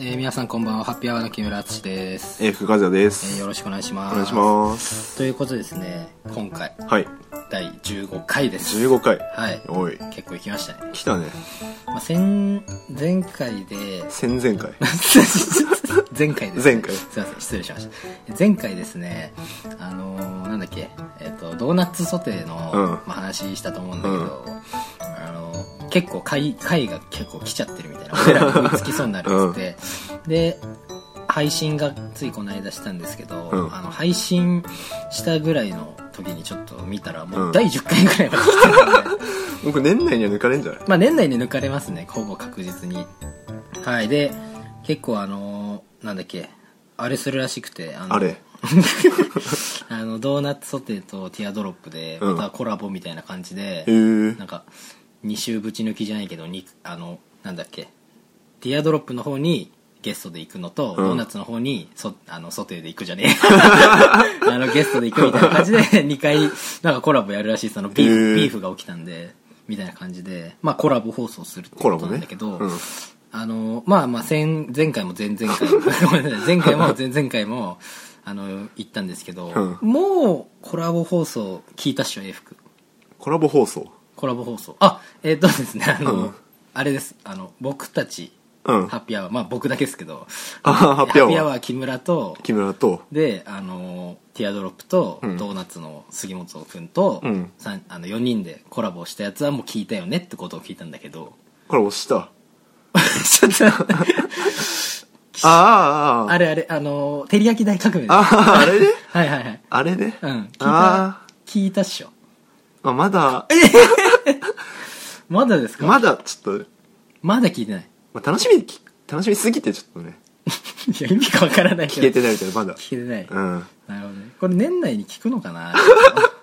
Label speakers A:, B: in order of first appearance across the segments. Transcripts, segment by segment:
A: えー皆さんこんばんはハッピーアワーの木村敦です、え
B: えー、福和也で
A: ー
B: す。
A: よろしくお願いします
B: お願いします。
A: すということでですね今回
B: はい。
A: 第15回です
B: 15回。
A: はい
B: おい。
A: 結構行きましたね、
B: 来たね。
A: まあ、先前回で
B: 戦前 回。
A: 前回です、
B: 前回
A: すいません失礼しました前回ですねあのーなんだっけ、えっとドーナツソテーの、
B: うん
A: まあ、話したと思うんだけど、あのー結構回回が結構来ちゃってるみたいな俺らが追いつきそうになるっつって、で配信がついこの間したんですけど、
B: うん
A: あの配信したぐらいの時にちょっと見たらもううん第10回ぐらいまで来てたんで、
B: 僕年内には抜かれんじゃない
A: まあ年内に抜かれますね、ほぼ確実に。はい。で、結構あのーなんだっけ、あれするらしくて、あの、
B: あれ。
A: あのドーナツソテーとティアドロップで、
B: う
A: ま
B: ん
A: たコラボみたいな感じで
B: へ、ー
A: なんか、2週ぶち抜きじゃないけど、にあの、なんだっけ、ティアドロップの方にゲストで行くのと、
B: ん
A: ドーナツの方にそあのソテーで行くじゃねえ。 あのゲストで行くみたいな感じで、2回、 なんかコラボやるらしい、そのビー
B: へ
A: フ、
B: ー
A: ビーフが起きたんで、みたいな感じで、まあコラボ放送するっていう
B: コラ
A: こと
B: ボ
A: な
B: ね。
A: んだけど、
B: うん。
A: あの、まあまあ前、前回も前々回も、 ごめんなさい前回も前々回も、あの、言ったんですけど、
B: う
A: もうコラボ放送聞いたっしょ、英福。
B: コラボ放送。
A: コラボ放送。あ、えっ、とですね、あの、
B: うん
A: あれです、あの、僕たち、
B: うん
A: ハッピーアワー、まあ僕だけですけど、
B: あはハッピーアワー
A: 木村と、
B: 木村と、
A: で、あの、ティアドロップと、
B: うん
A: ドーナツの杉本くんと、
B: うん
A: さんあの4人でコラボしたやつはもう聞いたよねってことを聞いたんだけ ど、
B: コラボした。
A: ちょっと待って
B: あーあー、あ
A: あれあれ、あの、照り焼き大革命です。
B: あ
A: は
B: ーあれね
A: いはいはい。
B: あれね。
A: うん。聞いた
B: あ、
A: 聞いたっしょ。
B: まあ、まだ、
A: まだですかま
B: まだちょっと、
A: だ聞いてない。
B: まあ、楽しみにき、楽しみすぎてちょっとね、
A: いや、意味がわからないけど。
B: 聞けてないみたいな、まだ。
A: 聞けてない。
B: うん。
A: なるほどね。これ年内に聞くのか な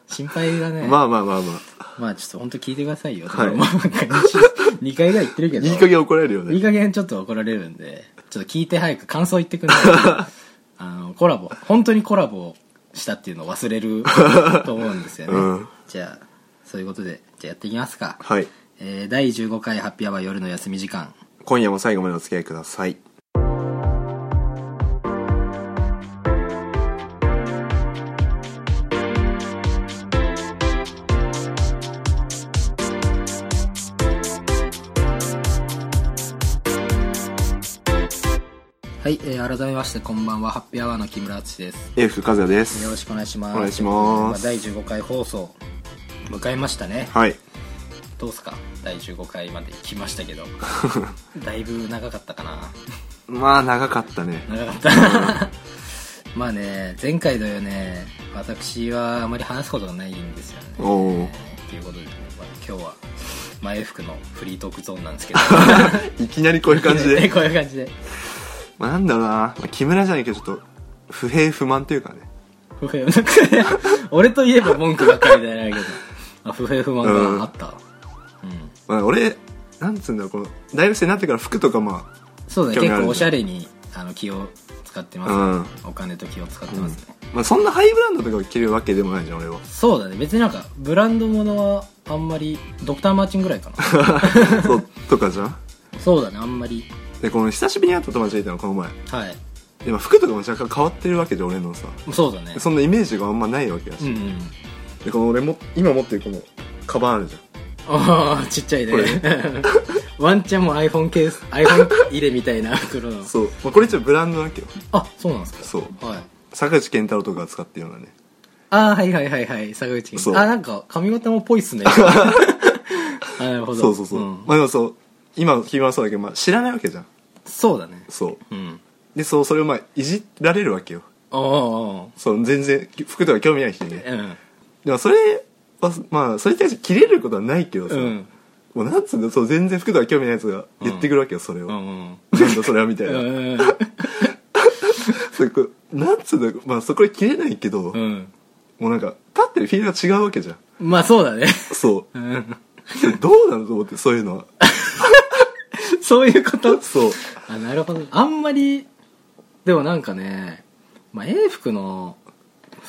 A: 心配だね。
B: ま
A: まあ、
B: あまあまあまあ。
A: ちょっと本当聞いてくださいよ。
B: はい
A: まあ2回ぐらい言ってるけど。
B: いい加減怒られるよ
A: いい
B: ね。
A: 加減ちょっと怒られるんで、ちょっと聞いて早く感想言って くんないあの、コラボ、本当にコラボしたっていうのを忘れると思うんですよね。
B: うん
A: じゃあ、そういうことで、じゃあやっていきますか。
B: はい。
A: えー第15回ハッピーアワー夜の休み時間。
B: 今夜も最後までお付き合いください。
A: はい、えー改めましてこんばんは、ハッピーアワーの木村敦です。
B: えー、福和也です
A: よ。ろしくお願いします。
B: お願いします
A: ということでまあ第15回放送、迎えましたね。
B: はい。
A: どうすか第15回まで来ました けど。だいぶ長かったかな。
B: まあ、長かったね。
A: 長かった。 まあね、前回だよね、私はあまり話すことがないんですよね。
B: おお
A: ということで、ねまあ、今日は、前服のフリートークゾーンなんですけど。
B: いきなりこういう感じ で。
A: こういう感じで。
B: まあ、なんだろうな、まあ、木村じゃないけどちょっと不平不満というかね
A: 不平不満 俺といえば文句ばっかりだよけどあ不平不満があった、うん
B: まあ俺なんつうんだろうこの大学生になってから服とかま
A: そうだね
B: 興味あ
A: 結
B: る
A: 構おしゃれにあの気を使ってます、ねお金と気を使ってますね、
B: あ、まあ、そんなハイブランドとかを着るわけでもないじゃん俺は
A: そうだね別になんかブランドものはあんまりドクターマーチンぐらいか な
B: そうとかじゃん
A: そうだねあんまり
B: でこの久しぶりに会った友達がいたのこの前
A: はい
B: で、まあ、服とかも若干変わってるわけで俺のさ
A: そうだね
B: そんなイメージがあんまないわけだ
A: う
B: し、
A: んうん
B: でこの俺も今持ってるこのカバンあるじゃん
A: ああちっちゃいね ワンチャンも iPhone ケース iPhone 入れみたいな袋の
B: そう、まあ、これ一応ブランドなわけよ
A: あそうなんですか
B: そう
A: はい
B: 坂口健太郎とかが使ってるようなね
A: ああ、はいはいはいはい、坂口
B: そ
A: 君。
B: う
A: あなんか髪型もっぽいっす ね。あなるほど。
B: そうそうそう、
A: ん
B: まあでもそう今の木村はそうだけど、まあ、知らないわけじゃん
A: そうだね。
B: そう
A: うん。
B: でそうそれをまあいじられるわけよ
A: おうおう
B: そう全然服とか興味ない人に
A: おう
B: ね
A: うん。
B: でもそれはまあそれに対して切れることはないけどさ、
A: うん。
B: もうなんつうんだそう全然服とか興味ないやつが言ってくるわけよそれを、
A: うんうん。
B: なんだそれはみたいな、
A: うん。
B: そこなんつうんだまあそこで切れないけど、
A: うん。
B: もうなんか立ってるフィールドが違うわけじゃん
A: まあそうだね。。
B: そううんどうなのと思ってそういう のは
A: そういうこと
B: そう
A: あ、なるほど。あんまり、でもなんかね、まあ、英服の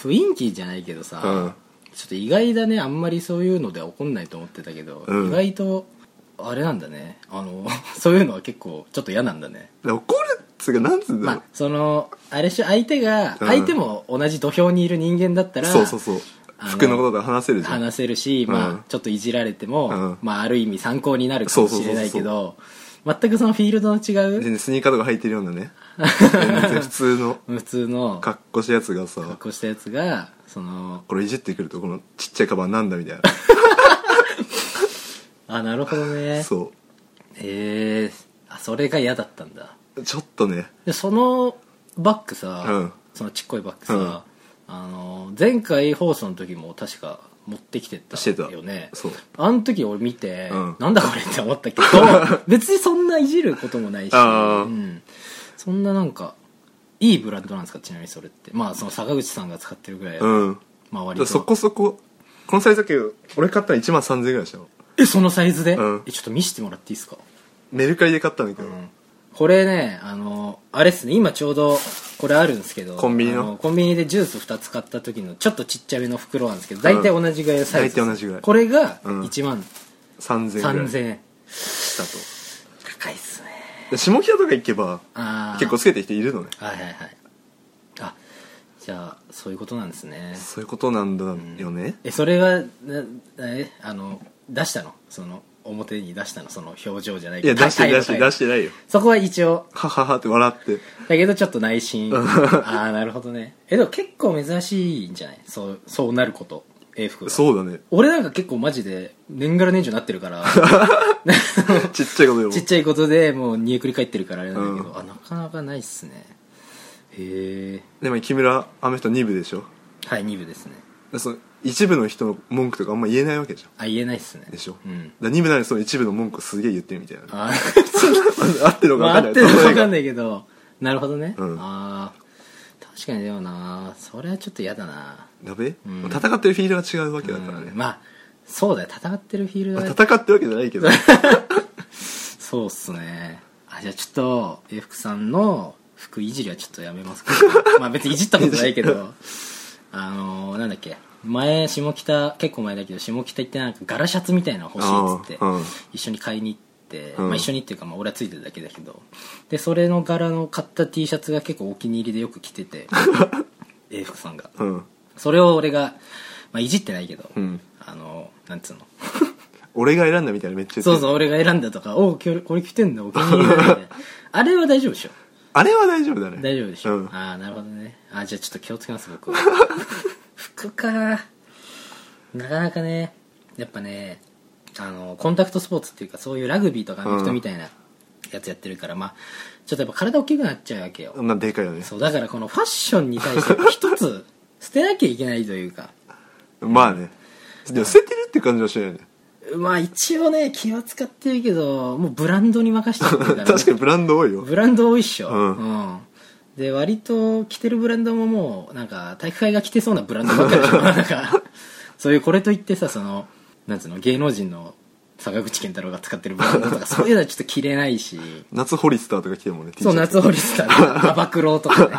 A: 雰囲気じゃないけどさ、
B: うん
A: ちょっと意外だねあんまりそういうのでは怒んないと思ってたけど、
B: うん
A: 意外とあれなんだねあの そういうのは結構ちょっと嫌なんだね
B: ら怒るっつうかなんつうんだ
A: ま
B: ろう
A: あ、そのあれし相手が、
B: うん
A: 相手も同じ土俵にいる人間だったら
B: そうそうそう
A: あの
B: 服のことで話せるじゃん
A: 話せるし、まあ
B: うん
A: ちょっといじられても、
B: うん
A: まあ、ある意味参考になるかもしれないけど全くそのフィールドの違
B: 全
A: う
B: 然スニーカーとか履いてるようなね全然普通の
A: 普通の格
B: 格好したやつがさ
A: 好したやつがその
B: これいじってくるとこのちっちゃいカバンなんだみたい
A: あなるほどね
B: なそ
A: へえあそれが嫌だったんだ
B: うちょっとね
A: でそのバッグさ、
B: うん
A: そのちっこいバッグさ、あの前回放送の時も確か持ってきてた
B: してた
A: よね
B: そう
A: あの時俺見て、
B: うん
A: なんだこれって思ったけ ど別にそんないじることもないし、
B: あー
A: うん、そんななんかいいブランドなんですかちなみにそれってまあその坂口さんが使ってるぐらい、
B: う
A: ま
B: ん
A: あ
B: だ
A: 割
B: から
A: と
B: そこそここのサイズだけど俺買ったの1万3000円ぐらいしたの
A: えそのサイズで、
B: うん
A: えちょっと見せてもらっていいですか
B: メルカリで買ったんだけど、
A: うんこれねあのあれっすね今ちょうどこれあるんですけど
B: コンビニの
A: あコンビニでジュース2つ買った時のちょっとちっちゃめの袋なんですけど大体同じぐらいのサイズです、
B: 大体同じぐらい
A: これが
B: うん
A: 1万
B: 3000円ぐら
A: 3000
B: い
A: 円
B: したと
A: 高いっすね
B: で下北とか行けば
A: ああ
B: 結構つけてる人いるのね
A: はいはいはいあじゃあそういうことなんですね
B: そういうことなんだよね、
A: えそれはなえあの出したのその表に出したのその表情じゃない
B: いや出して
A: 態度
B: 出して
A: 態度
B: 出してないよ
A: そこは一応
B: はははって笑って
A: だけどちょっと内心ああなるほどねえでも結構珍しいんじゃないそうそうなること英服が
B: そ うだね
A: 俺なんか結構マジで年がら年中なってるから
B: ちっちゃいことでも
A: ちっちゃいことでもう煮えくり返ってるからあれなんだけど、あなかなかないっすねへえ
B: でも木村アメフト2部でしょ
A: はい2部ですね
B: でその一部の人の文句とかあんま言えないわけじゃん
A: あ言えないっすね
B: でしょ、
A: うん
B: だから二部なのにその一部の文句をすげえ言ってるみたいな
A: あ
B: 合ってるの
A: ま
B: か
A: あ
B: 分か
A: 合って
B: んない
A: るのわかん
B: い
A: ないけどなるほどね、
B: うん
A: ああ確かにでもなそれはちょっと嫌だな、
B: だべ、
A: ん
B: 戦ってるフィールドが違うわけだからね
A: うん、まあそうだよ戦ってるフィールド
B: まあ
A: は
B: 戦ってるわけじゃないけど
A: そうっすねあじゃあちょっと英福さんの服いじりはちょっとやめ ますかまあ別にいじったことないけどあのーなんだっけ前下北結構前だけど下北行ってなんか柄シャツみたいなの欲しいっつって
B: ああうん
A: 一緒に買いに行って、
B: うん
A: まあ、一緒にっていうかまあ俺はついてるだけだけどでそれの柄の買った T シャツが結構お気に入りでよく着て て英福さんが
B: うん
A: それを俺が、まあ、いじってないけど、
B: うん
A: あのーなんつうの
B: 俺が選んだみたいなめっちゃ言ってる
A: そうそう、俺が選んだとか、おう、今日これ着てんだ、お気に入りだみたい な。あれは大丈夫でしょ
B: あれは大丈夫だね
A: 大丈夫でしょ、
B: うん、
A: ああ、なるほどね。あーじゃあちょっと気をつけます、僕は。服か。なかなかね、やっぱね、あの、コンタクトスポーツっていうか、そういうラグビーとかアメフトみたいなやつやってるから、まあ、ちょっとやっぱ体大きくなっちゃうわけよ。
B: まあでかいよね
A: そう、だからこのファッションに対して一つ 捨てなきゃいけないというか、
B: まあねでも捨ててるって感じはしないよね
A: まあ一応ね、気は使ってるけど、もうブランドに任せちゃってるから、ね、
B: 確かにブランド多いよ
A: ブランド多いっしょ、
B: うん
A: うんで割と着てるブランドももうなんか体育会が着てそうなブランドばっかりでしょなんかそういうこれといってさそのなんつうの芸能人の坂口健太郎が使ってるブランドとかそういうのはちょっと着れないし
B: 夏ホリスターとか着てもね T シ
A: そう
B: ャツ
A: 夏ホリスターとかバクロとかね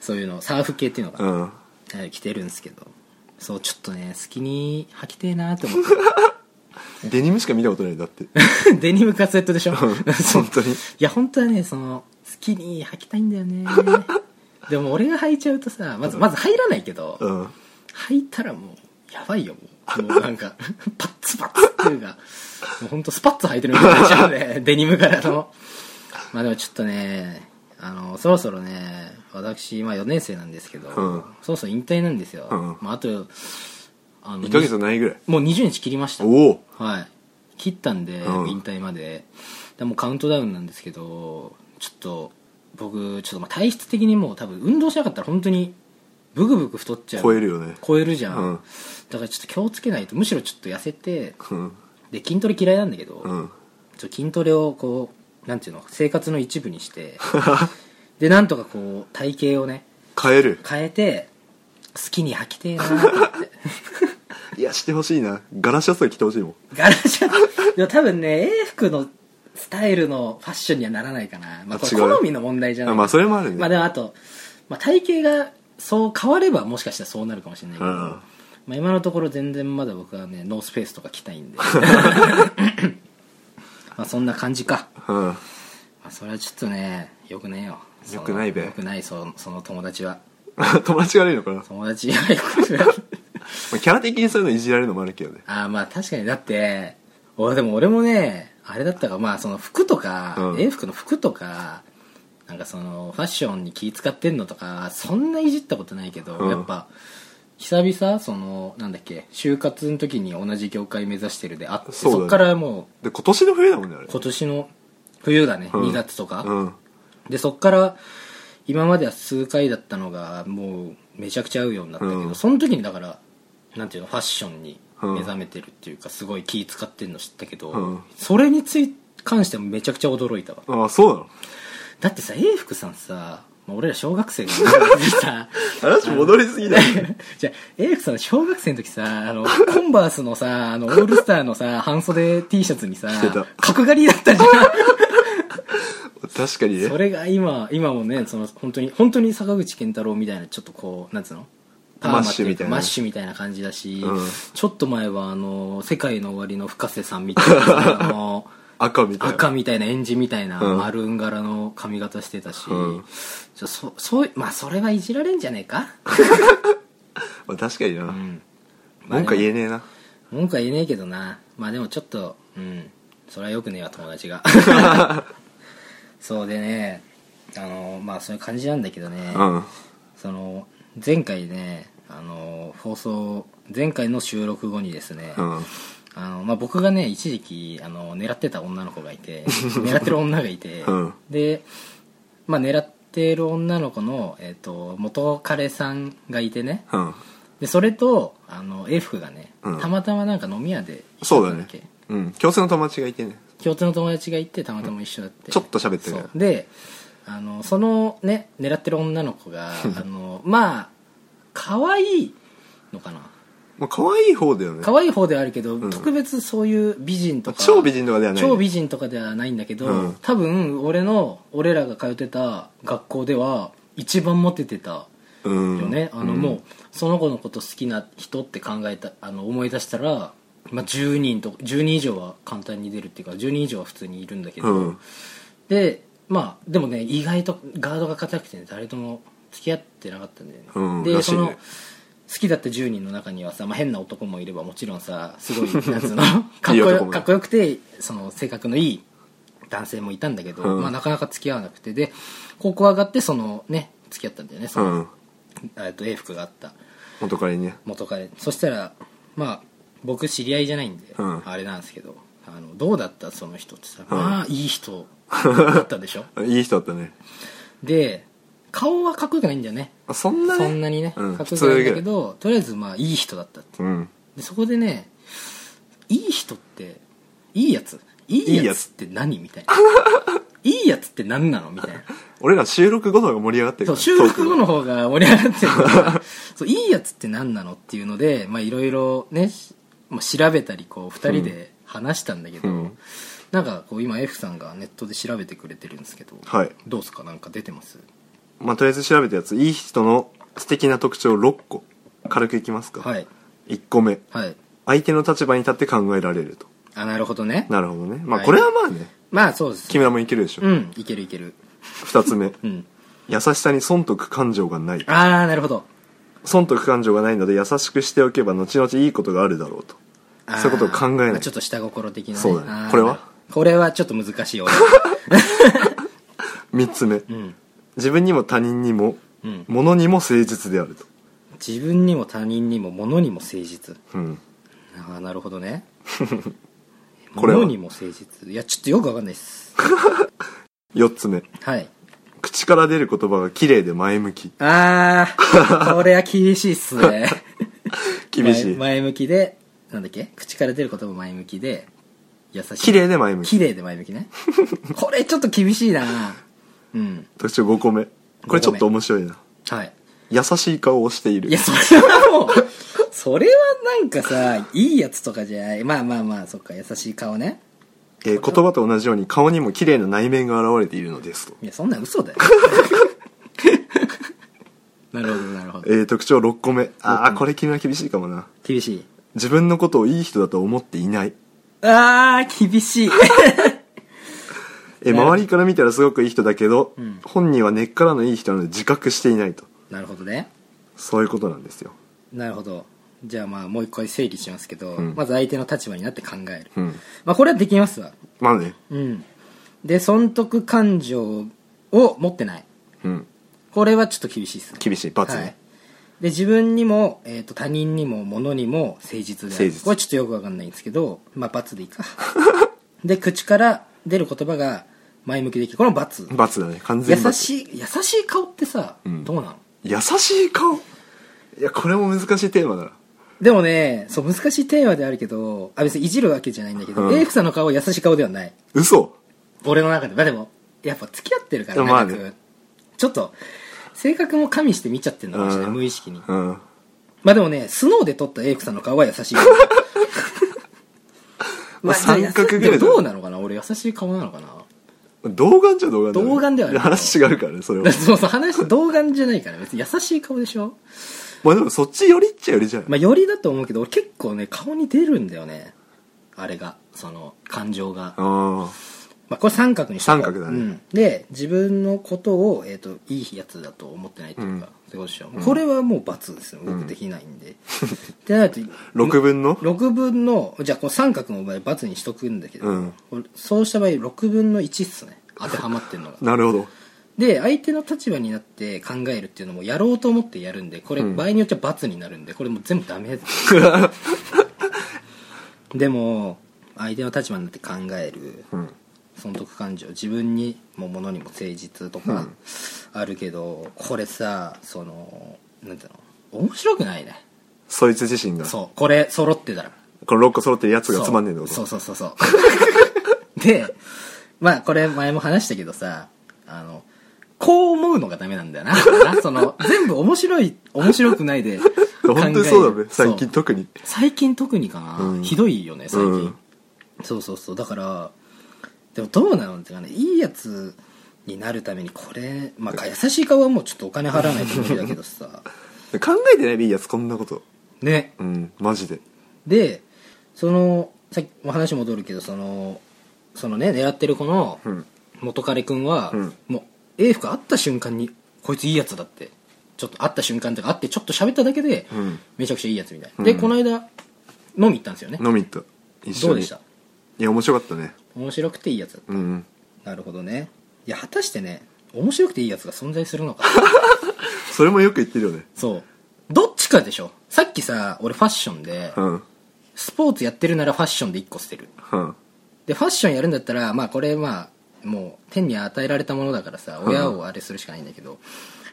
A: そういうのサーフ系っていうのかな、
B: うん
A: えー着てるんですけどそうちょっとね好きに履きてえ なと思っ
B: デニムしか見たことないんだって
A: てデニムかスウェットでしょ そう
B: 本当に
A: いや本当はねその好きに履きたいんだよ ねでも俺が履いちゃうとさまずまず入らないけど、
B: うん
A: 履いたらもうやばいよもうもうなんか パッツパッツっていうかもうほんとスパッツ履いてるみたいになっちゃう ねデニム柄のまあでもちょっとねあのそろそろね私今4年生なんですけど、
B: うん
A: そろそろ引退なんですよ、
B: うん
A: まあ、あとあの
B: 1ヶ月ないぐらい
A: もう20日切りました
B: おお
A: はい切ったんで、
B: うん
A: 引退まででもうカウントダウンなんですけどちょっと僕ちょっとまあ体質的にもう多分運動しなかったら本当にブクブク太っちゃう
B: 超えるよね
A: 超えるじゃん、
B: うん
A: だからちょっと気をつけないとむしろちょっと痩せて
B: うん
A: で筋トレ嫌いなんだけど、
B: うん
A: ちょっと筋トレをこうなんていうの生活の一部にして でなんとかこう体型をね
B: 変える
A: 変えて好きに履きてえなと思って
B: いやしてほしいなガラシャツとか着てほしいもん
A: ガラシャでも多分ね英服のスタイルのファッションにはならないかな、まあ、
B: あ
A: これ
B: 違う
A: 好みの問題じゃない
B: あまあそれもあるね
A: まあでもあと、まあ、体型がそう変わればもしかしたらそうなるかもしれないけど、
B: うん
A: まあ、今のところ全然まだ僕はねノースペースとか着たい んでまあそんな感じか、
B: うん
A: まあ、それはちょっとねよくねえよ
B: 良くないべ
A: よくないそその友達は
B: 友達が悪いのかな、ま
A: 友達がよくない
B: あ、キャラ的にそういうのいじられるのもあるけどね
A: ああまあ確かにだって俺でも俺もねあれだったかまあその服とか、
B: うん
A: 英服の服とかなんかそのファッションに気使ってんのとかそんないじったことないけど、
B: うん
A: やっぱ久々そのなんだっけ就活の時に同じ業界目指してるであって
B: そう
A: そ,、
B: だね
A: っからも
B: で今年の冬だもんねあ
A: う
B: れ
A: 今年の冬だね、
B: うん
A: 2月とか、
B: うん
A: でそっから今までは数回だったのがもうめちゃくちゃ合うようになったけど、
B: うん
A: その時にだからなんていうのファッションに目覚めてるっていうか、すごい気使ってんの知ったけど、
B: うん
A: それについ関してもめちゃくちゃ驚いたわ
B: ああそうなの
A: だってさ英福さんさ、まあ、俺ら小学生の時に さ
B: 話戻りすぎだよ
A: じゃあ英福さん小学生の時さあのコンバースのさあのオールスターのさ半袖 T シャツにさ
B: 着てた
A: 角刈りだったじゃん
B: 確かに
A: そ
B: ね
A: れが今今もねその本当に本当に坂口健太郎みたいなちょっとこうなんつうの
B: マッシュみたいな
A: マッシュみたいな感じだし、
B: うん
A: ちょっと前はあの「世界の終わり」の深瀬さんみたいなあの
B: 赤 みたいな
A: 赤みたいなエンジみたいな
B: うん
A: 丸ん柄の髪型してたし、
B: うん
A: ちょそそういまあそれはいじられんじゃねえか、
B: まあ確かにな、
A: うんまあ
B: 文句は言えねえな
A: 文句は言えねえけどなまあでもちょっとうんそれはよくねえわ友 達がそうでねあのまあそういう感じなんだけどね、
B: うん
A: その前回ねあの放送前回の収録後にですね、
B: うん
A: あのまあ、僕がね一時期あの狙ってた女の子がいて 狙ってる女がいて、
B: うん
A: で、まあ、狙ってる女の子の、えっと元彼さんがいてね
B: うん
A: でそれとあの A 服がね、
B: うん
A: たまたまなんか飲み屋で一緒
B: そう
A: だっ
B: だ
A: た
B: ね
A: っけ
B: うん共通の友達がいてね
A: 共通の友達がいてたまたま一緒だって、
B: ちょっと喋って
A: そ
B: る
A: うであのそのね狙ってる女の子 があのまあ可愛いのかな
B: まあ可愛い方だよね
A: 可愛い方ではあるけど、
B: ん
A: 特別そういう美人とか
B: 超美人とかではない
A: 超美人とかではないんだけど、
B: うん
A: 多分俺の俺らが通ってた学校では一番モテてた
B: うん
A: よね、あの
B: ん
A: もうその子のこと好きな人って考えたあの思い出したら、まあ、10人と10人以上は簡単に出るっていうか10人以上は普通にいるんだけど、
B: うん
A: でまあでもね意外とガードが硬くてね誰とも付き合ってなかったんだよね、
B: うん
A: で、
B: らし
A: そ
B: いね
A: の好きだった10人の中にはさ、まあ、変な男もいればもちろんさすごいなんつうのかっこ
B: いい
A: よ
B: 男も
A: かっこよくてその性格のいい男性もいたんだけど、
B: うん
A: まあ、なかなか付き合わなくてで高校上がってそのね付き合ったんだよねそうの、
B: ん
A: えっと英福があった
B: 元彼にね
A: 元彼そしたらまあ僕知り合いじゃないんで、
B: うん
A: あれなんですけどあのどうだったその人ってさ、
B: ん
A: まあいい人だったでしょ
B: いい人だったね
A: で顔はかっこよくないんだよね
B: あそんなね
A: そんなにね、
B: うん
A: かっこよくないんだ
B: 普
A: け
B: 通だ
A: どとりあえずまあいい人だったって
B: うん
A: でそこでねいい人っていいやついい
B: いい
A: や
B: や
A: つ
B: つ
A: って何みたいないいやつって何なのみたいな
B: 俺ら収録後の方が盛り上がって
A: そ
B: るか
A: う
B: ら
A: 収録後
B: トー
A: の方が盛り上がってる からそういいやつって何なのっていうのでまあいろいろね、しまあ、調べたりこう2人で話したんだけど、
B: うん
A: なんかこう今 F さんがネットで調べてくれてるんですけど、
B: クがはい
A: どうですかなんか出てます
B: まあとりあえず調べたやついい人の素敵な特徴6個軽くいきますか
A: はい
B: 1個目
A: はい
B: 相手の立場に立って考えられると
A: あなるほどね
B: なるほどねまあ
A: はい
B: これはまあね
A: まあそうです
B: 木村もいけるでしょ
A: うんいけるいける
B: 2つ目
A: うん
B: 優しさに損得感情がない
A: ああなるほど
B: 損得感情がないので優しくしておけば後々いいことがあるだろうと
A: あー
B: そういうことを考えない
A: まあちょっと下心的な、ね、
B: そうだね
A: あー
B: これは
A: これはちょっと難しい俺
B: 3つ目、
A: うん
B: 自分にも他人にも、
A: うん
B: 物にも誠実であると、
A: 自分にも他人にも物にも誠実
B: うん、
A: ああなるほどね
B: これは
A: 物にも誠実いやちょっとよくわかんないっす
B: 4つ目
A: はい
B: 口から出る言葉が綺麗で前向き
A: ああこれは厳しいっすね
B: 厳し
A: 前
B: い
A: 前向きでなんだっけ口から出る言葉前向きで優しい
B: 綺麗で前向き
A: 綺麗で前向き ねこれちょっと厳しいなうん
B: 特徴5個目これちょっと面白いな
A: はい
B: 優しい顔をしている
A: いやそれはもうそれはなんかさいいやつとかじゃないまあまあまあそっか優しい顔ね
B: えー言葉と同じように顔にも綺麗な内面が現れているのですと
A: いやそんなん嘘だよ なるほどなるほど
B: えー、特徴6個目
A: 六
B: あ
A: 個
B: あ
A: 目
B: これ君は厳しいかもな
A: 厳しい
B: 自分のことをいい人だと思っていない
A: あー厳しい
B: えー
A: なるほど
B: 周りから見たらすごくいい人だけど、
A: うん
B: 本人は根っからのいい人なので自覚していないと
A: なるほどね
B: そういうことなんですよ
A: なるほどじゃあまあもう一回整理しますけど、
B: うん
A: まず相手の立場になって考える、
B: うん
A: まあこれはできますわ
B: まあね
A: うんで損得感情を持ってない
B: うん
A: これはちょっと厳しいですね
B: 厳しい罰ね、
A: はい、で自分にも、えー、と他人にも物にも誠実である
B: 誠実
A: これちょっとよくわかんないんですけどまあ罰でいいかで口から出る言葉が前向きできるこれも罰
B: 罰だね完全に
A: 優
B: 罰
A: しい優しい顔ってさ、
B: うん
A: どうなの
B: 優しい顔いやこれも難しいテーマだな
A: でもねそう難しいテーマであるけどあ別にいじるわけじゃないんだけど、
B: うん
A: AF さんの顔は優しい顔ではない
B: 嘘
A: 俺の中でまあでもやっぱ付き合ってるから
B: まあ
A: 長
B: ね
A: く、ちょっと性格も加味して見ちゃってるのかもしれない、
B: うん
A: 無意識に
B: うん
A: まあでもねスノーで撮ったエイクさんの顔は優しい
B: まあ三角形
A: で
B: だ
A: もどうなのかな俺優しい顔なのかな
B: 童顔じゃ童顔だよね
A: 童顔ではない
B: 話違うからねそれは
A: そうそう話童顔じゃないから別に優しい顔でしょ
B: まあでもそっち寄りっちゃ寄りじゃない、
A: まあよりだと思うけど俺結構ね顔に出るんだよねあれがその感情が
B: ああ
A: まあ、これ三角にしとこう
B: 三角だね
A: うんで自分のことを、えー、といいやつだと思ってないというか、そういうことでしょこれはもう罰ですよ僕できないんで、でなると
B: 6分の
A: 6分のじゃあこの三角の場合罰にしとくんだけど、
B: うん
A: これそうした場合6分の1っすね当てはまってるのが
B: なるほど
A: で相手の立場になって考えるっていうのもやろうと思ってやるんでこれ
B: ん
A: 場合によっては罰になるんでこれもう全部ダメ ですでも相手の立場になって考える
B: うん
A: 損得感情自分にも物にも誠実とかあるけど、これさそのなんていうの面白くないね
B: そいつ自身が
A: そうこれ揃ってたら
B: この6個揃ってるやつがつまんねえってこと
A: そうそうそうそう でまあこれ前も話したけどさあのこう思うのがダメなんだよな その全部面白い面白くないで考える
B: 本当にそうだね最
A: そう
B: 近特に
A: 最近特にかな、
B: うん
A: ひどいよね最近、
B: うん
A: そうそうそうだからでもどうなのっていうかねいいやつになるためにこれま あ優しい顔はもうちょっとお金払わないと無理だけどさ
B: 考えてないでいいやつこんなこと
A: ね
B: うんマジで
A: でそのさっきお話戻るけどそのそのね狙ってる子の
B: うん
A: 元彼君は、
B: うん
A: もう英服会った瞬間にこいついいやつだってちょっと会った瞬間とか会ってちょっと喋っただけで、
B: うん
A: めちゃくちゃいいやつみたいな、
B: うん
A: でこの間飲み行ったんですよね
B: 飲み行った一緒に
A: どうでした
B: いや面白かったね
A: 面白くていいやつだった
B: うんうん
A: なるほどねいや果たしてね面白くていいやつが存在するの か
B: それもよく言ってるよね
A: そうどっちかでしょさっきさ俺ファッションで
B: うん
A: スポーツやってるならファッションで1個捨てる
B: うん
A: でファッションやるんだったらまあこれまあもう天に与えられたものだからさ
B: うん
A: 親をあれするしかないんだけど、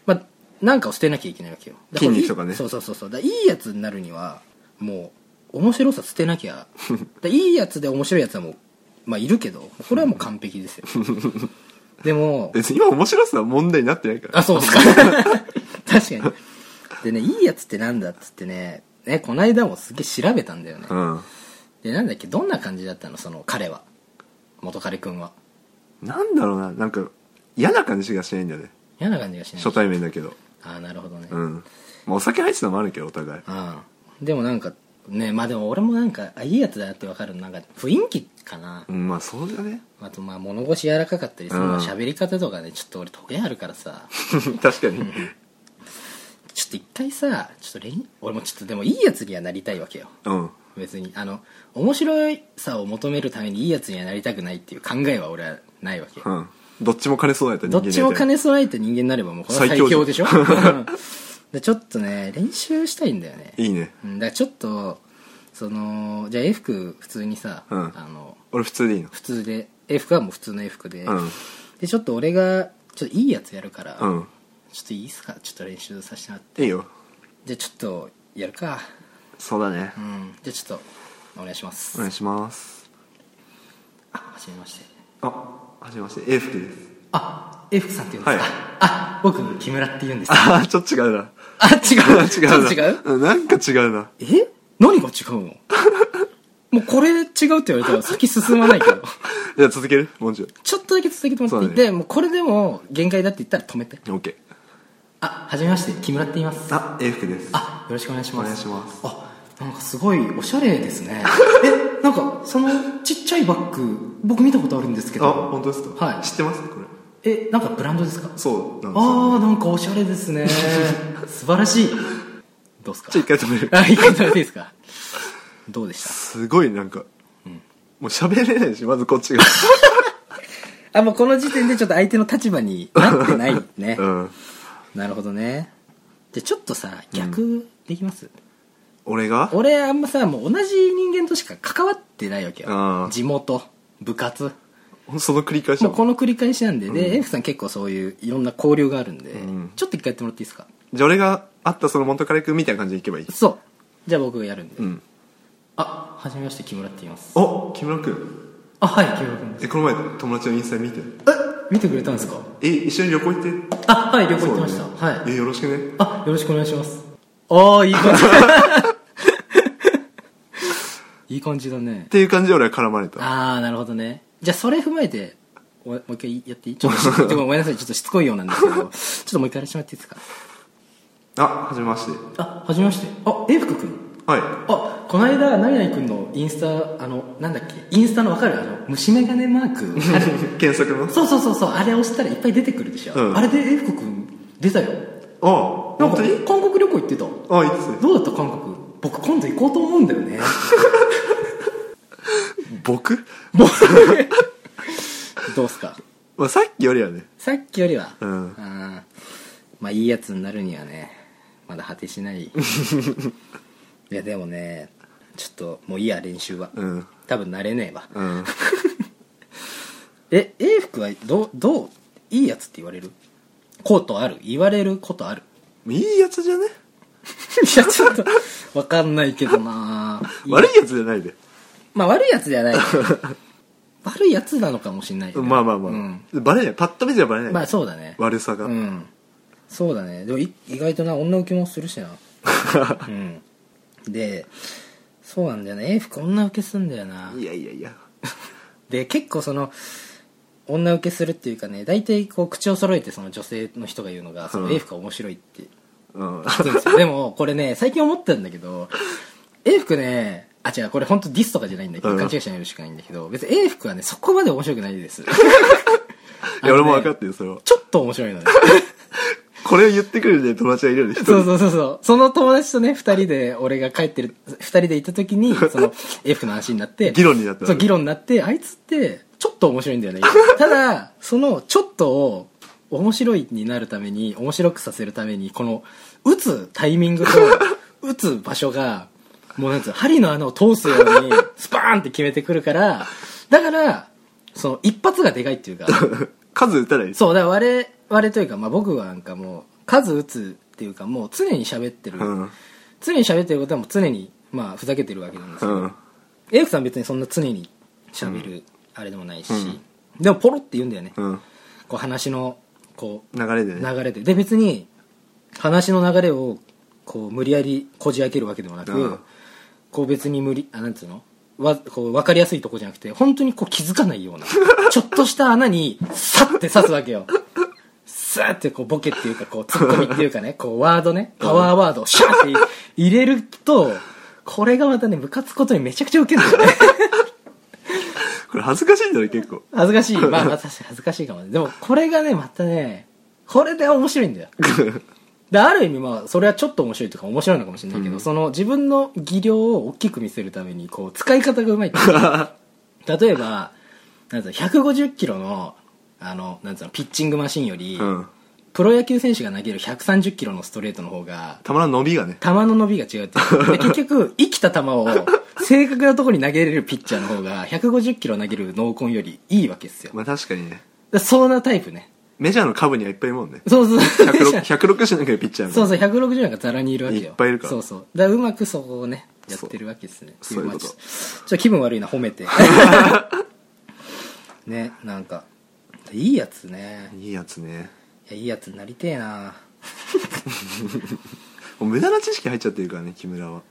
A: まあなんかを捨てなきゃいけないわけよだら
B: 筋肉とかね
A: いいそうそうそうそうだからいいやつになるにはもう面白さ捨てなき ゃだからいいやつで面白いやつはもうまあいるけどこれはもう完璧です よでも
B: 別に今面白さは問題になってないから
A: あ、 そうっすか。確かに。でね、いいやつってなんだっつってね、ね、こないだもすげえ調べたんだよね。
B: うん
A: で、なんだっけ、どんな感じだったのその彼は。元彼くんは。
B: なんだろうななんか嫌な感じがしないんだよね
A: 嫌な感じがしない。
B: 初対面だけど
A: あーなるほどね。う。
B: うんんまあお酒入ってたのもあるけどお互い
A: でもなんか、ね、まあでも俺もなんか、あ、いいやつだなってわかるの、なんか雰囲気かな。
B: うんまあそうだね
A: あとまあ物腰柔らかかったりするのは
B: うん
A: 喋り方とかね、ちょっと俺トゲあるからさ。
B: 確かに
A: ちょっと一回さ、ちょっと練、俺もちょっとでもいいやつにはなりたいわけよ。
B: うん
A: 別にあの面白さを求めるためにいいやつにはなりたくないっていう考えは俺はないわけ、
B: うんどっちも兼ね備えた人
A: どっ
B: 間になり
A: ち
B: たい
A: も兼ね備えた人間になればもうこれは最強でしょ でちょっとね練習したいんだよね
B: いいね
A: うんだからちょっとそのじゃあ A 服普通にさ、
B: うん
A: あの
B: 俺普通でいいの
A: 普通で A 服はもう普通の A 服で、
B: うん
A: でちょっと俺がちょっといいやつやるから、
B: うん
A: ちょっといいっすかちょっと練習させてもらって
B: いいよ
A: じゃあちょっとやるか
B: そうだね
A: うんじゃあちょっとお願いします、
B: お願いします
A: はじめまして
B: あはじめまして A 服です
A: あ、F さんって言うんですか、
B: はい
A: あ、僕、木村って言うんですあ、
B: ああちょっと違うな
A: 違う。
B: 違う
A: ちょっ
B: な
A: と違う
B: うんなんか違うな
A: え何が違うのもうこれ違うって言われたら先進まないけど。
B: じゃあ続けるもうちょい
A: ちょっとだけ続けてもらっていい
B: そうだね
A: で、もうこれでも限界だって言ったら止めて。
B: OK
A: あはじめまして木村って言います
B: あ、英服です。
A: あよろしくお願いします
B: お願いします
A: あなんかすごいおしゃれです ねえなんかそのちっちゃいバッグ僕見たことあるんですけ
B: あ、
A: ど
B: 本当ですか
A: はい
B: 知ってますこれ。
A: えなんかブランドですか
B: そうなんですよ。
A: ああなんかおしゃれです ね素晴らしいどうですか
B: ちょ、一回止める。
A: あ一回食べていいですかどうでし
B: すごいなんか、もう喋れないし、まずこっ ちが。
A: たあもうこの時点でちょっと相手の立場になってない ね
B: うん。
A: なるほどねじゃあちょっとさ逆できます、
B: 俺が
A: 俺あんまさもう同じ人間としか関わってないわけ
B: あ
A: よ
B: ー
A: 地元部活
B: その繰り返し
A: もう
B: だ
A: この繰り返しなんで、でエフさん結構そういういろんな交流があるんで、
B: うん
A: ちょっと一回やってもらっていいですか
B: じゃあ俺が会ったその元彼君みたいな感じでいけばいい。
A: そうじゃあ僕がやるんで、
B: うん。
A: あはじめまして木村って言います
B: お木村君。
A: あはい木村君です
B: え、この前友達のインスタ見て。
A: え見てくれたんですか
B: え、一緒に旅行行って。
A: あはい旅行行ってました、
B: そうだ
A: は
B: ね
A: い
B: え、よろしくね。
A: あよろしくお願いしますああいい感じ いい感じだね
B: っていう感じで俺は絡まれた。
A: ああなるほどねじゃあそれ踏まえておもう一回やっていいちょっとちょっとごめんなさいちょっとしつこいようなんですけどちょっともう一回やらせてもらっていいですか
B: あ、はじめまして。
A: あはじめましてあ英福君
B: はい。
A: あこの間何々君のインスタあのなんだっけインスタのわかるあの虫眼鏡マー クあれ
B: 検索の
A: そうそうそうそうあれ押したらいっぱい出てくるでしょ、
B: うん
A: あれで英福君出たよ
B: あ、
A: なん
B: 本
A: か
B: 当に
A: 韓国旅行行ってた
B: あ、いいですね。
A: どうだった韓国僕今度行こうと思うんだよ ね
B: 僕
A: もうどうっすか
B: まあさっきよりはね。
A: さっきよりは、
B: うん
A: あーまあいいやつになるにはねまだ果てしない いやでもねちょっともういいや練習は、
B: うん。
A: 多分慣れねえわ
B: うん。
A: え A 服はどうどういいやつって言われることある言われること ある
B: いいやつじゃね
A: いやちょっと分かんないけどな
B: 悪
A: い
B: いやつじゃないで。
A: まあ悪いやつじゃない 悪いやつなのかもしれないけど
B: まあまあ
A: う
B: ま
A: ん
B: あ。バレない。パッと見じゃバレ
A: ま
B: な
A: あ
B: い。
A: そうだね
B: 悪さが。
A: うんそうだねでもい意外とな女受けもするしなうんでそうなんだよね A 服女受けすんだよない
B: やいやいや。
A: で結構その女受けするっていうかね大体こう口を揃えてその女性の人が言うのがその
B: うん
A: A 服は面白いって
B: うん。
A: 言うんですよでもこれね最近思ったんだけど A 服ねあ違うこれ本当ディスとかじゃないんだけど、
B: うん
A: 勘違いしないでしかないんだけど別に A 服はねそこまで面白くないです
B: いや、俺も分か
A: っ
B: ってる、それは。
A: ちょっと面白いのね
B: これを言ってくるね、友達がいるよね、一人。
A: そうそうそうそう。その友達とね、二人で、俺が帰ってる、二人で行った時 に、その、F の話になって、
B: 議論になった
A: そう、議論になって、あいつって、ちょっと面白いんだ よね。ただ、その、ちょっとを、面白いになるために、面白くさせるために、この、打つタイミ ングと、打つ場所が、もうなんつうの、針の穴を通すように、スパーンって決めてくるから、だから、その、一発がでかいっていうか、
B: 数打たないです。
A: そうだから我々というか、まあ、僕はなんかもう数打つっていうかもう常に喋ってる、
B: うん。
A: 常に喋ってることはもう常に、まあ、ふざけてるわけなんです
B: う
A: よ、
B: ん。
A: エイクさん別にそんな常に喋るあれでもないし、でもポロって言うんだよね、
B: うん。
A: こう話のこう
B: 流れでね。
A: 流れでで別に話の流れをこう無理やりこじ開けるわけでもなく、
B: うん
A: こう別に無理あなんつうのわこう分かりやすいとこじゃなくて本当にこう気づかないよう なちょっとした穴にサッて刺すわけよさーってこうボケっていうかこうツッコミっていうかねこうワードねパワーワードをシャーって入れるとこれがまたねムカつくことにめちゃくちゃウケるんだよ ね
B: これ恥ずかしいんだよ、結構。
A: 恥ずかしいまあまあ確かに恥ずかしいかもねでもこれがねまたねこれで面白いんだよである意味まあそれはちょっと面白いというか面白いのかもしれないけど、
B: うん
A: その自分の技量を大きく見せるためにこう使い方がうまい っていうか例えばなんつうの150キロのあのなんつうのピッチングマシンより、
B: うん。
A: プロ野球選手が投げる130キロのストレートの方が
B: たまらん伸びがね。
A: 球の伸びが違うっていうで結 局生きた球を正確なところに投げれるピッチャーの方が150キロ投げるノーコンよりいいわけですよ
B: まあ確かにね。
A: でそんなタイプね
B: メジャーの株にはいっぱいいるもんね。
A: そうそう
B: 106 106しなきゃピッチャーみた
A: そ
B: いう
A: そ
B: な。
A: う160なんかざらにいるわけよ
B: いっぱいいるから
A: そうそうだからうまくそこをねやってるわけですね
B: そうそういうこと
A: まあちょちょっと気分悪いな褒め てねなんかいいやつね
B: いいやつね。
A: いやいいやつになりてえな
B: もう無駄な知識入っちゃってるからね、木村は。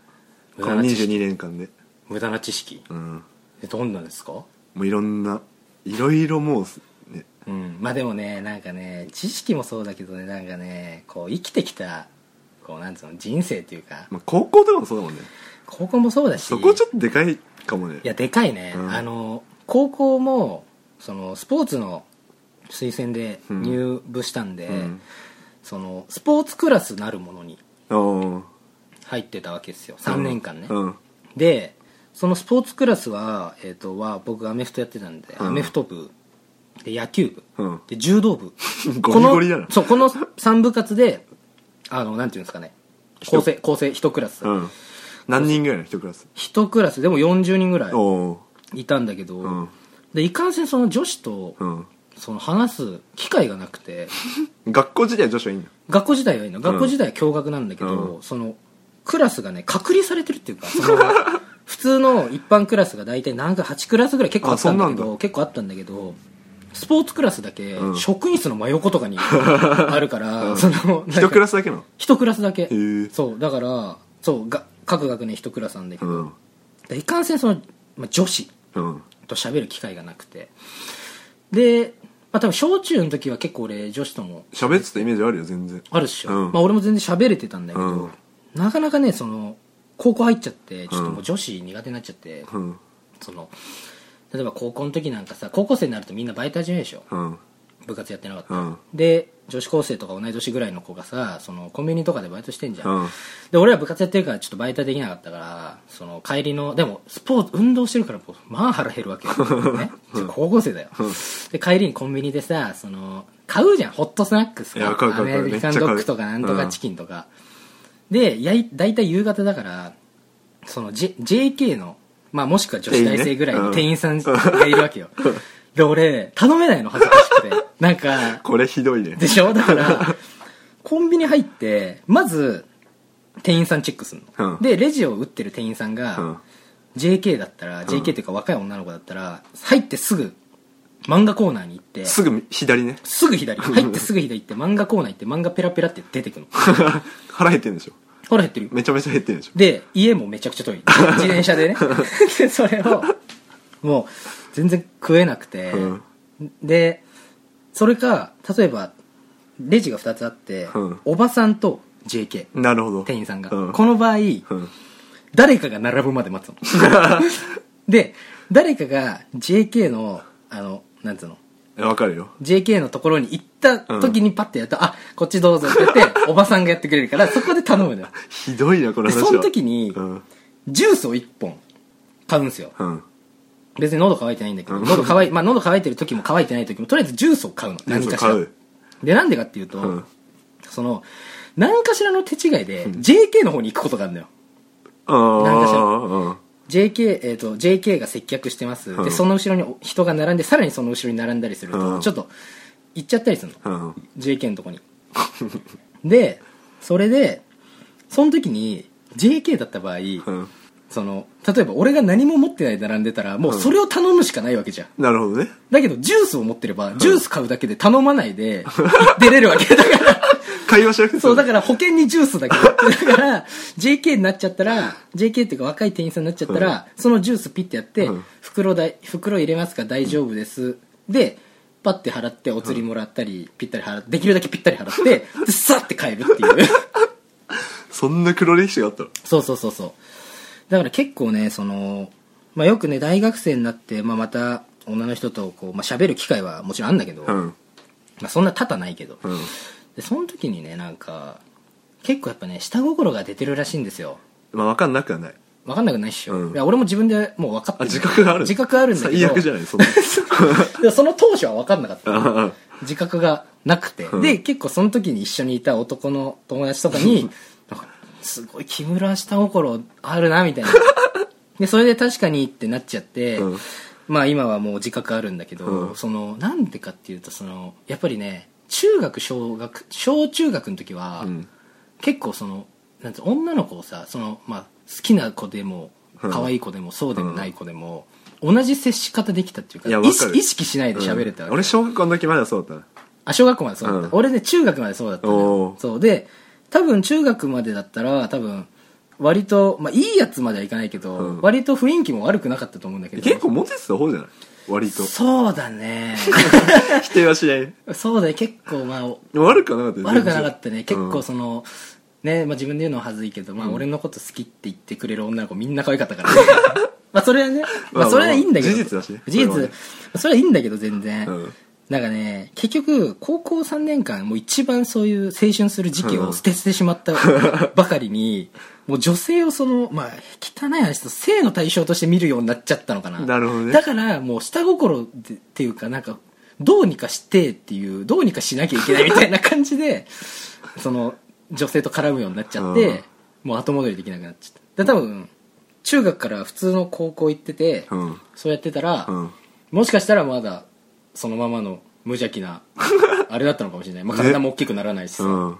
A: 無
B: こ
A: 駄
B: の
A: な知識
B: 22年間で。
A: 無駄な知識
B: うん。
A: えどんなんですか
B: もういろんな、いろいろもう、ね、
A: うん、まあでもねなんかね知識もそうだけどねなんかねこう生きてきたこうなんつうの人生っていうか
B: まあ、高校とかもそうだもんね
A: 高校もそうだし
B: そこちょっとでかいかもね
A: いやでかいね、
B: うん
A: あの高校もそのスポーツの推薦で入部したんで、
B: うん
A: そのスポーツクラスなるものに
B: うん
A: 入ってたわけですよ3年間ね、
B: うん
A: でそのスポーツクラスは,、えー、とは僕アメフトやってたんで、
B: うん
A: アメフト部で野球部
B: うん
A: で柔道部
B: ゴリゴリだな
A: このそうこの3部活であのなんていうんですかね構成構成1クラス、
B: うん何人ぐらいの一クラス
A: 一1クラスでも40人ぐらい
B: お
A: いたんだけど、
B: おうん
A: でいかんせんその女子と
B: うん
A: その話す機会がなくて
B: 学校時代は女子はいいんだ
A: 学校時代はいいの学校時代は共学なんだけど、
B: う
A: そのクラスがね隔離されてるっていうかその 普通の一般クラスが大体なんか8クラスぐらい結構あったんだけ
B: あそんなん
A: ど結構あったんだけどスポーツクラスだけ
B: うん
A: 職員室の真横とか にあるから、その
B: 一ク
A: ラス
B: ラスだけなの
A: 一クラスだけ
B: へえ
A: そうだからそうが各学年一クラスなんだけ
B: う
A: ど、
B: ん
A: でいかんせんその、まあ、女子
B: うん
A: と喋る機会がなくてで、まあ、多分小中の時は結構俺女子とも
B: 喋ってたイメージあるよ全然
A: あるっしょ、
B: うん
A: まあ、俺も全然喋れてたんだけど、
B: うん
A: なかなかねその高校入っちゃってちょっともう女子苦手になっちゃって、
B: うん
A: その例えば高校の時なんかさ高校生になるとみんなバイト始めるでしょ
B: うん
A: 部活やってなかった
B: う
A: ら、
B: ん
A: で女子高生とか同い年ぐらいの子がさそのコンビニとかでバイトしてんじゃん、
B: うん
A: で俺は部活やってるからちょっとバイトできなかったからその帰りのでもスポーツ運動してるからもうまあ腹減るわけよ、 ね、高校生だよで帰りにコンビニでさその買うじゃんホットスナックス
B: いや
A: か
B: 買う
A: ア
B: 買う買う
A: メリカンドッグとかな
B: めっちゃ買うん
A: とかチキンとか、でやい大体夕方だからその、J、JK の、まあ、もしくは女子大生ぐらいの
B: 店
A: 店
B: 員
A: 員さんがいるわけよ、で俺頼めないの恥ずかしくてなんか
B: これひどいね
A: でし ょだから、コンビニ入って、まず、店員さんチェックするの。
B: うん
A: で、レジを打ってる店員さん
B: う
A: が
B: ん、
A: JK だったら、JK っていうか若い女の子だったら、入ってすぐ、漫画コーナーに行って、
B: すぐ左ね
A: すぐ左、入ってすぐ左行って、漫画コーナー行って、漫画ペラペラって出てくの。
B: 腹減ってんでしょ
A: ほら減ってるよ。
B: めちゃめちゃ減ってんでしょ
A: で、家もめちゃくちゃ遠い。 自転車でね。で、それを、もう、全然食えなくて、
B: うん
A: で、それか、例えば、レジが2つあって、
B: うん
A: おばさんと JK、
B: なるほど
A: 店員さんが。
B: うん
A: この場合、
B: うん
A: 誰かが並ぶまで待つ の。で、誰かが JK の、あの、なんつうの、
B: いやわかるよ
A: JK のところに行った時にパッてやると、あ、こっちどうぞって言って、 おばさんがやってくれるから、そこで頼むのよ。
B: ひどいなこの
A: で、
B: 話は
A: その時に、
B: うん
A: ジュースを1本買うんですよ。
B: うん
A: 別に喉乾いてないんだけど、喉乾い、まあ喉乾いてる時も乾いてない時も、とりあえずジュースを買うの。何かし
B: ジ
A: ら
B: ュースを。
A: で、なんでかっていうと、
B: うん
A: その、何かしらの手違いで、JK の方に行くことがあるのよ。
B: あー
A: なんかしら
B: あ
A: JK、えっ、と、JK が接客してます。
B: う
A: で、
B: ん
A: その後ろに人が並んで、さらにその後ろに並んだりすると、
B: うん
A: ちょっと、行っちゃったりするの。
B: ーうん
A: JK のとこに。 で、それで、その時に、JK だった場合、
B: うん
A: その、例えば俺が何も持ってないで並んでたら、もうそれを頼むしかないわけじゃん。
B: なるほどね
A: だけど、ジュースを持ってれば、ジュース買うだけで頼まないで、出れるわけ。だから、
B: 会話しなくて
A: そう、だ
B: か
A: から保険にジュースだけ。だから、JK になっちゃったら、JK っていうか若い店員さんになっちゃったら、そのジュースピッてやって、
B: うん
A: 袋だい、袋入れますか大丈夫です。で、パッて払って、お釣りもらったり、ぴったり払って、できるだけぴったり払って、で、さって帰るっていう。
B: そんな黒歴史があったの
A: そうそうそうそう。だから結構ね、その、まあよくね、大学生になって、まあまた、女の人とこう、まあ喋る機会はもちろんあんだけど、
B: うん
A: まあそんな多々ないけど。
B: うん
A: で、その時にね、なんか、結構やっぱね、下心が出てるらしいんですよ。
B: まあわかんなくはない
A: 分かんなくないっしょ、
B: うん
A: いや俺も自分でもう分かってる
B: あ自覚がある
A: 自覚あるんだけど
B: 最悪じゃないそんな
A: でもその当初は分かんなかった
B: ああ
A: 自覚がなくて、
B: うん
A: で結構その時に一緒にいた男の友達とかになんかすごい木村下心あるなみ たいなでそれで確かにってなっちゃって、
B: うん
A: まあ今はもう自覚あるんだけど、
B: うん
A: そのなんでかっていうとそのやっぱりね中学小学小中学の時は、
B: うん
A: 結構そのなんていうの女の子をさその、まあ、好きな子でも
B: うん
A: 可愛い子でもそうでもない子でも、同じ接し方できたっていうか
B: いやわかる
A: 意識意識しないで喋れたわけ、
B: うん俺小学校の時まだそうだっ
A: あ小学校までそうだった、
B: うん
A: 俺ね中学までそうだったの
B: お
A: よ
B: ー
A: そうで多分中学までだったら多分割と、まあ、いいやつまではいかないけど、
B: うん
A: 割と雰囲気も悪くなかったと思うんだけ
B: た
A: ど
B: 結構モテてた方じゃない割と
A: そうだね
B: 否定はしない
A: そうだね結構まあ
B: 悪くはなかったよ
A: 悪くはなかったね
B: 全然
A: 結構その、ね、まあ、自分で言うのは恥ずいけど、まあ、俺のこと好きって言ってくれる女の子みんな可愛かった からねまあそれはね、ま
B: まあまあ
A: あ、それはいいんだけど
B: 事実だしね
A: 事実
B: これは
A: それ,、
B: ね
A: はいいんだけど全然、
B: うん
A: なんかね結局高校3年間もう一番そういう青春する時期を捨ててしま ったばかりに、もう女性をそのまあ汚い話と性の対象として見るようになっちゃったのかな
B: なるほどね
A: だからもう下心でっていうかなんかどうにかしてっていうどうにかしなきゃいけないみたいな感じ でその女性と絡むようになっちゃって、
B: うん
A: もう後戻りできなくなっちゃったで多分中学から普通の高校行ってて、
B: うん
A: そうやってたら、
B: うん
A: もしかしたらまだそのままの無邪気なあれだったのかもしれ ない、まあ、
B: ね
A: 体も大きくならないしさ、
B: うん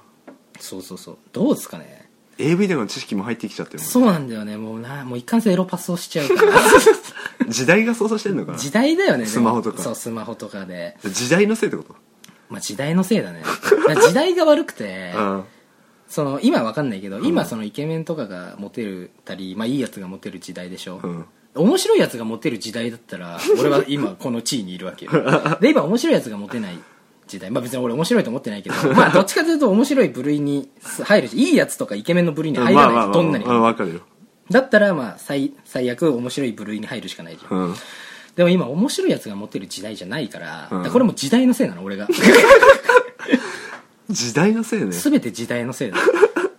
A: そうそうそうどうですかね
B: AV での知識も入ってきちゃってるもん
A: そうなんだよねもうなもういかんせんエロパスをしちゃうから
B: 時代がそうさしてんのかな
A: 時代だよねでも
B: スマホとか
A: そうスマホとかで
B: 時代のせいってこと
A: まあ時代のせいだね だから時代が悪くて、
B: うん
A: その今わかんないけど、今そのイケメンとかがモテるたり、まあ、いいやつがモテる時代でしょ、
B: うん
A: 面白いやつがモテる時代だった ら俺は今この地位にいるわけよで今面白いやつがモテない時代まあ別に俺面白いと思ってないけ どまあどっちかというと面白い部類に入るしいいやつとかイケメンの部類に入
B: ま
A: ら
B: あま
A: な
B: あ
A: い
B: ま
A: どん
B: あ
A: なに
B: まあわかるよ
A: だったらまあ最最悪面白い部類に入るしかないじゃん
B: うん
A: でも今面白いやつがモテる時代じゃないから,、
B: うん
A: これも時代のせいなの 俺が
B: 時代のせいね
A: 全て時代の せいだ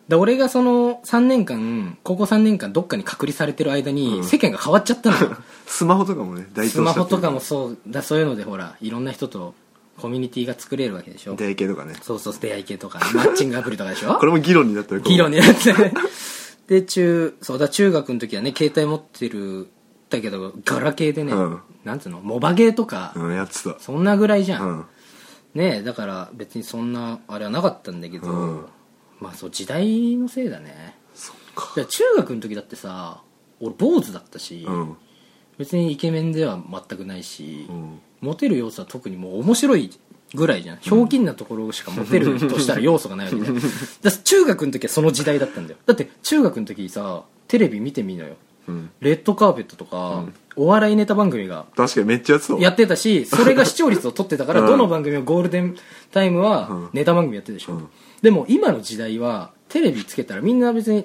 A: で俺がその3年間高校3年間どっかに隔離されてる間に世間が変わっちゃ ったのよ、
B: スマホとかもね大
A: スマホとかもそうだそういうのでほらいろんな人とコミュニティが作れるわけでしょ
B: 出会い系とかね
A: そうそう出会い系とかマッチングアプリとかでしょ
B: これも議論になったよ
A: 議論になって で中そうだ中学の時はね携帯持ってるだけどガラケーでね、
B: うん
A: なんつうのモバゲーとか、
B: うんやってた
A: そんなぐらいじゃ、
B: うんん
A: ねえだから別にそんなあれはなかったんだけど、
B: うん
A: まあそう時代のせいだね
B: そっか
A: だから中学の時だってさ俺坊主だったし、
B: うん
A: 別にイケメンでは全くないし、
B: うん
A: モテる要素は特にもう面白いぐらいじゃんひょうきんなところしかモテるとしたら要素がないわけで だから中学の時はその時代だったんだよだって中学の時さテレビ見てみのよ
B: うん
A: レッドカーペットとか、お笑いネタ番組が
B: 確かにめっちゃやってたわ
A: やってたしそれが視聴率を取ってたから、
B: うん
A: どの番組もゴールデンタイムはネタ番組やってるでしょ、
B: うん
A: でも今の時代はテレビつけたらみんな別に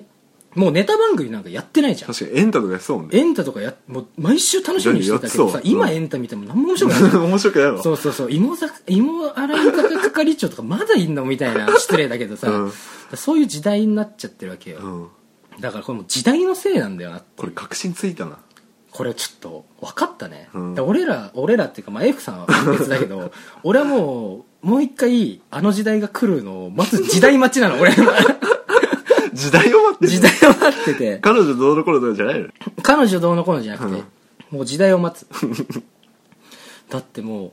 A: もうネタ番組なんかやってないじゃん
B: 確かにエンタとかやってたもんね
A: エンタとかやもう毎週楽しみにしてたけど
B: や
A: さ
B: ってそう
A: 今
B: うん
A: エンタ見ても何も面白くない
B: 面白くないわ
A: そうそうそう芋ざ芋洗い坂係長とかまだいんのみたい な失礼だけどさ、
B: うん
A: そういう時代になっちゃってるわけよ、
B: うん
A: だからこれもう時代のせいなんだよな
B: これ確信ついたな
A: これちょっと分かったね、
B: うん
A: だから俺ら俺らっていうか、まあ、F さんは別だけ ど俺はもうもう一回あの時代が来るのを待つ時代待ちなの俺は
B: 時代を待って る
A: 時代を待ってて
B: 彼女どうの頃とかじゃないの
A: 彼女どうのこうのじゃなくて、
B: うん
A: もう時代を待つ だっても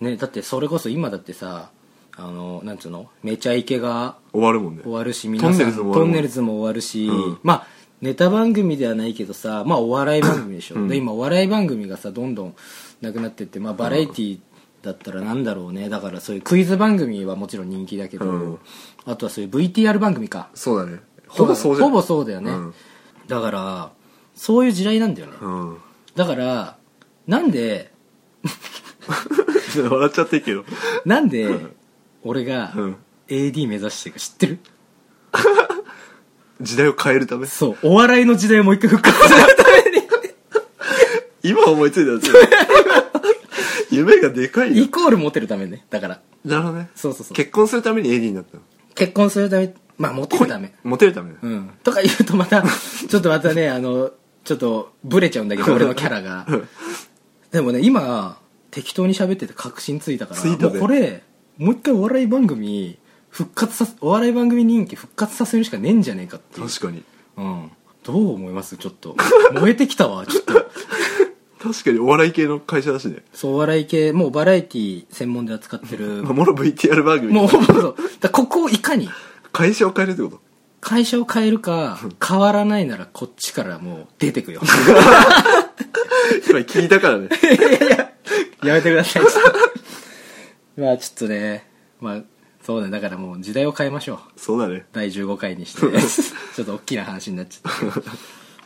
A: うねだってそれこそ今だってさあのなんつうのめちゃイケが
B: 終わるもんね
A: 終わるし皆さん
B: ト
A: トン
B: ンネ
A: ネ
B: ル
A: ルズも終わるし、
B: うん
A: まあネタ番組ではないけどさまあお笑い番組でしょ、で今お笑い番組がさどんどんなくなってってまあバラエティだったらなんだろうねだからそういうクイズ番組はもちろん人気だけど、
B: うん
A: あとはそういう VTR 番組か
B: そうだねほぼそうじゃん
A: ほぼそうだよね、
B: うん
A: だからそういう時代なんだよね、
B: うん
A: だからなんで
B: 笑っちゃってるけど
A: なんで俺が
B: うん
A: AD 目指してるか知ってる
B: 時代を変えるため
A: そうお笑いの時代をもう一回復活するために
B: 今思いついたや つ夢がでかいよ
A: イコールモテるためねだから
B: なるほどね
A: そうそうそう
B: 結婚するために AD になったの
A: 結婚するためまあモテるため
B: モテるためだ
A: うんとか言うとまたちょっとまたねあのちょっとブレちゃうんだけど俺のキャラがでもね今適当に喋ってて確信ついたから
B: ついた
A: も
B: ね
A: うこれもう一回お笑い番組復活させお笑い番組人気復活させるしかねえんじゃねえかっていう
B: 確かに
A: うんどう思いますちょっと燃えてきたわちょっと
B: 確かにお笑い系の会社だしね
A: そうお笑い系もうバラエティ専門で扱ってる
B: まあ もろ VTR 番組
A: もうほぼそうだここをいかに
B: 会社を変えるってこと
A: 会社を変えるか変わらないならこっちからもう出てくよ
B: 今聞いたからね
A: やめてください まあちょっとねまあそうねだからもう時代を変えましょう
B: そうだね
A: 第15回 にしてちょっと大きな話になっちゃったけど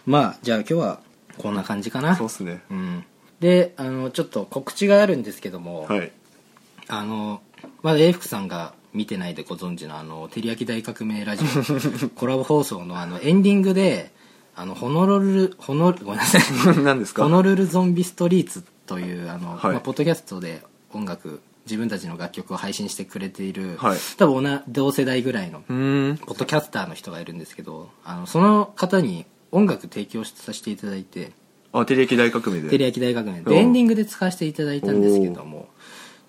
A: まあじゃあ今日はこんな感じかな
B: そうっすね
A: うんであのちょっと告知があるんですけども、
B: はい
A: あのまだ英福さんが見てないでご存知のあの「照り焼き大革命ラジ オ」コラボ放送のあのエンディングであのホノルルホノルごめんなさい
B: 何ですか
A: ホノルルゾンビストリーツというあの、
B: はい
A: まあ、ポッドキャストで音楽自分たちの楽曲を配信してくれている、
B: はい
A: 多分おな同世代ぐらいの
B: うーん
A: ポッドキャスターの人がいるんですけどあのその方に音楽提供させていただいて
B: あ照り焼き大革命で
A: 照り焼き大学年
B: うん
A: でエンディングで使わせていただいたんですけども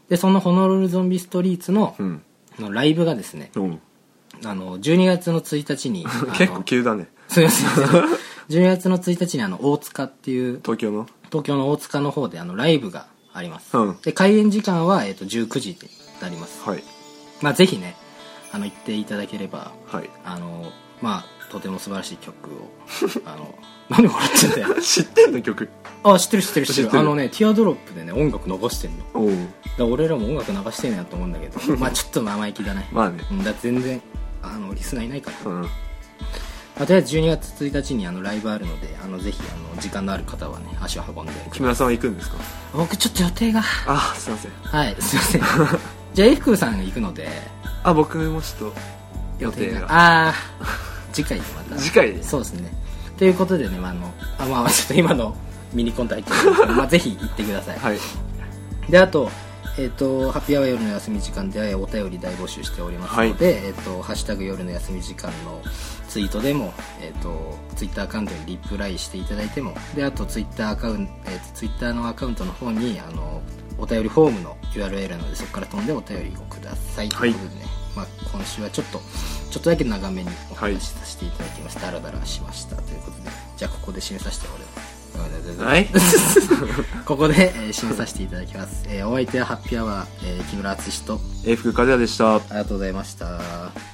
A: でその「ホノルルゾンビストリーツの」
B: うん、
A: のライブがですね
B: うん、
A: あの12月の1日 にあの
B: 結構急だね
A: すいません12月の1日にあの大塚っていう
B: 東京の
A: 東京の大塚の方であのライブがあります、
B: うん
A: で開演時間は、えっと19時になります、
B: はい
A: まあ、ぜひねあの行っていただければ
B: はい
A: あのまあとても素晴らしい曲をあの何笑って んだよ
B: 知ってんの曲
A: あ知ってる知ってる知ってる
B: 知ってる
A: あのねティアドロップでね音楽流してんのだか
B: おお
A: ら俺らも音楽流してんのやと思うんだけ どまあちょっと生意気だね、
B: まあね
A: うんだって全然あのリスナーいないから、
B: うん
A: まあ、とりあえず12月1日にあのライブあるのであのぜひあの時間のある方はね足を運んで
B: 木村さんは行くんですか
A: 僕ちょっと予定が
B: あすいません
A: はいすいません じゃあ F 君さんが行くので
B: あ僕もちょっと予定が
A: ああー次回また
B: 次回で
A: そうですねということでね、まあ、あのあまあちょっと今のミニコント入ってるんですけど、まあ、ぜひ行ってください、
B: はい
A: であと,、えっとハッピーアワー夜の休み時間でお便り大募集しておりますので、えっとハッシュタグ夜の休み時間のツイートでも、えっとツイッターアカウントにリプライしていただいてもであとツイッターアカウント、えっとツイッターのアカウントの方にあのお便りフォームの URL なのでそこから飛んでお便りをくださいと
B: はいいう
A: ことでね、まあ、今週はちょっとちょっとだけ長めにお話しさせていただきました、ダラダラしましたということでじゃあここで締めさせて俺
B: はい
A: ここで、えー締めさせていただきます、えーお相手はハッピーアワー、えー木村敦史と
B: 永福和也でした
A: ありがとうございました